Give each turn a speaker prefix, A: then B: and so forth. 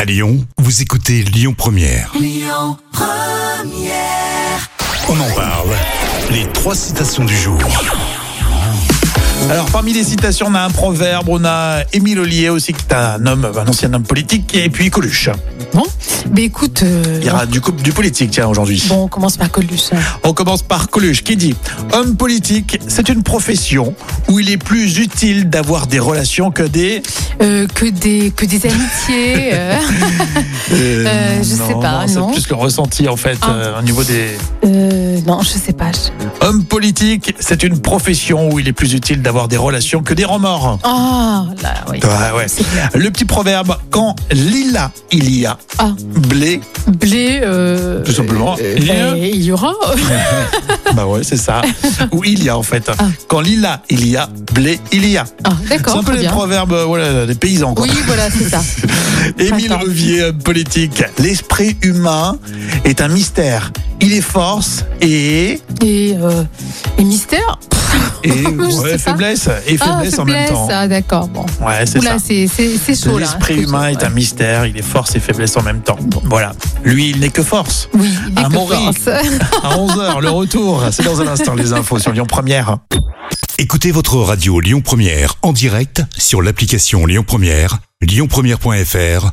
A: À Lyon, vous écoutez Lyon Première. On en parle. Les trois citations du jour.
B: Alors, parmi les citations, on a un proverbe, on a Émile Ollier aussi, qui est un homme, un ancien homme politique, et puis Coluche.
C: Bon, ben écoute, euh,
B: Il y aura du, coup- du politique, tiens, aujourd'hui.
C: bon, on commence par Coluche.
B: On commence par Coluche, qui dit Homme politique, c'est une profession où il est plus utile d'avoir des relations que des.
C: Euh, que des que des amitiés. euh, Euh, je sais pas, non.
B: C'est plus le ressenti, en fait,
C: Ah.
B: euh, au niveau des.
C: euh, non, je sais pas. je-
B: Homme politique, c'est une profession où il est plus utile d'avoir des relations que des remords.
C: Oh là, oui.
B: Ouais, ouais.
C: C'est clair.
B: Le petit proverbe quand lila il y a
C: Ah,
B: blé,
C: blé. euh,
B: tout simplement.
C: euh, il y aura.
B: Bah ouais, c'est ça. Ou il y a en fait. Quand lila il y a blé, il y a.
C: Ah,
B: C'est
C: d'accord,
B: un peu
C: très
B: les
C: bien.
B: proverbes euh, voilà, des paysans. Quoi.
C: Oui, voilà, c'est ça.
B: Émile
C: Attends.
B: Revier, homme politique. L'esprit humain est un mystère. Il est force et.
C: Et, euh, et mystère.
B: Et
C: Je sais
B: ouais,
C: pas.
B: faiblesse. Et
C: Ah,
B: faiblesse en même temps.
C: Ah, d'accord. Bon.
B: Ouais, c'est ça.
C: Oula, c'est c'est c'est chaud là.
B: L'esprit
C: C'est
B: humain
C: chaud,
B: est un
C: ouais.
B: mystère, il est force et faiblesse en même temps. Voilà. Lui, il n'est que force.
C: Oui, il est
B: un
C: que
B: Maurice.
C: force.
B: À 11h, le retour. C'est dans un instant les infos sur Lyon Première.
A: Écoutez votre radio Lyon Première en direct sur l'application Lyon Première, lyonpremière.fr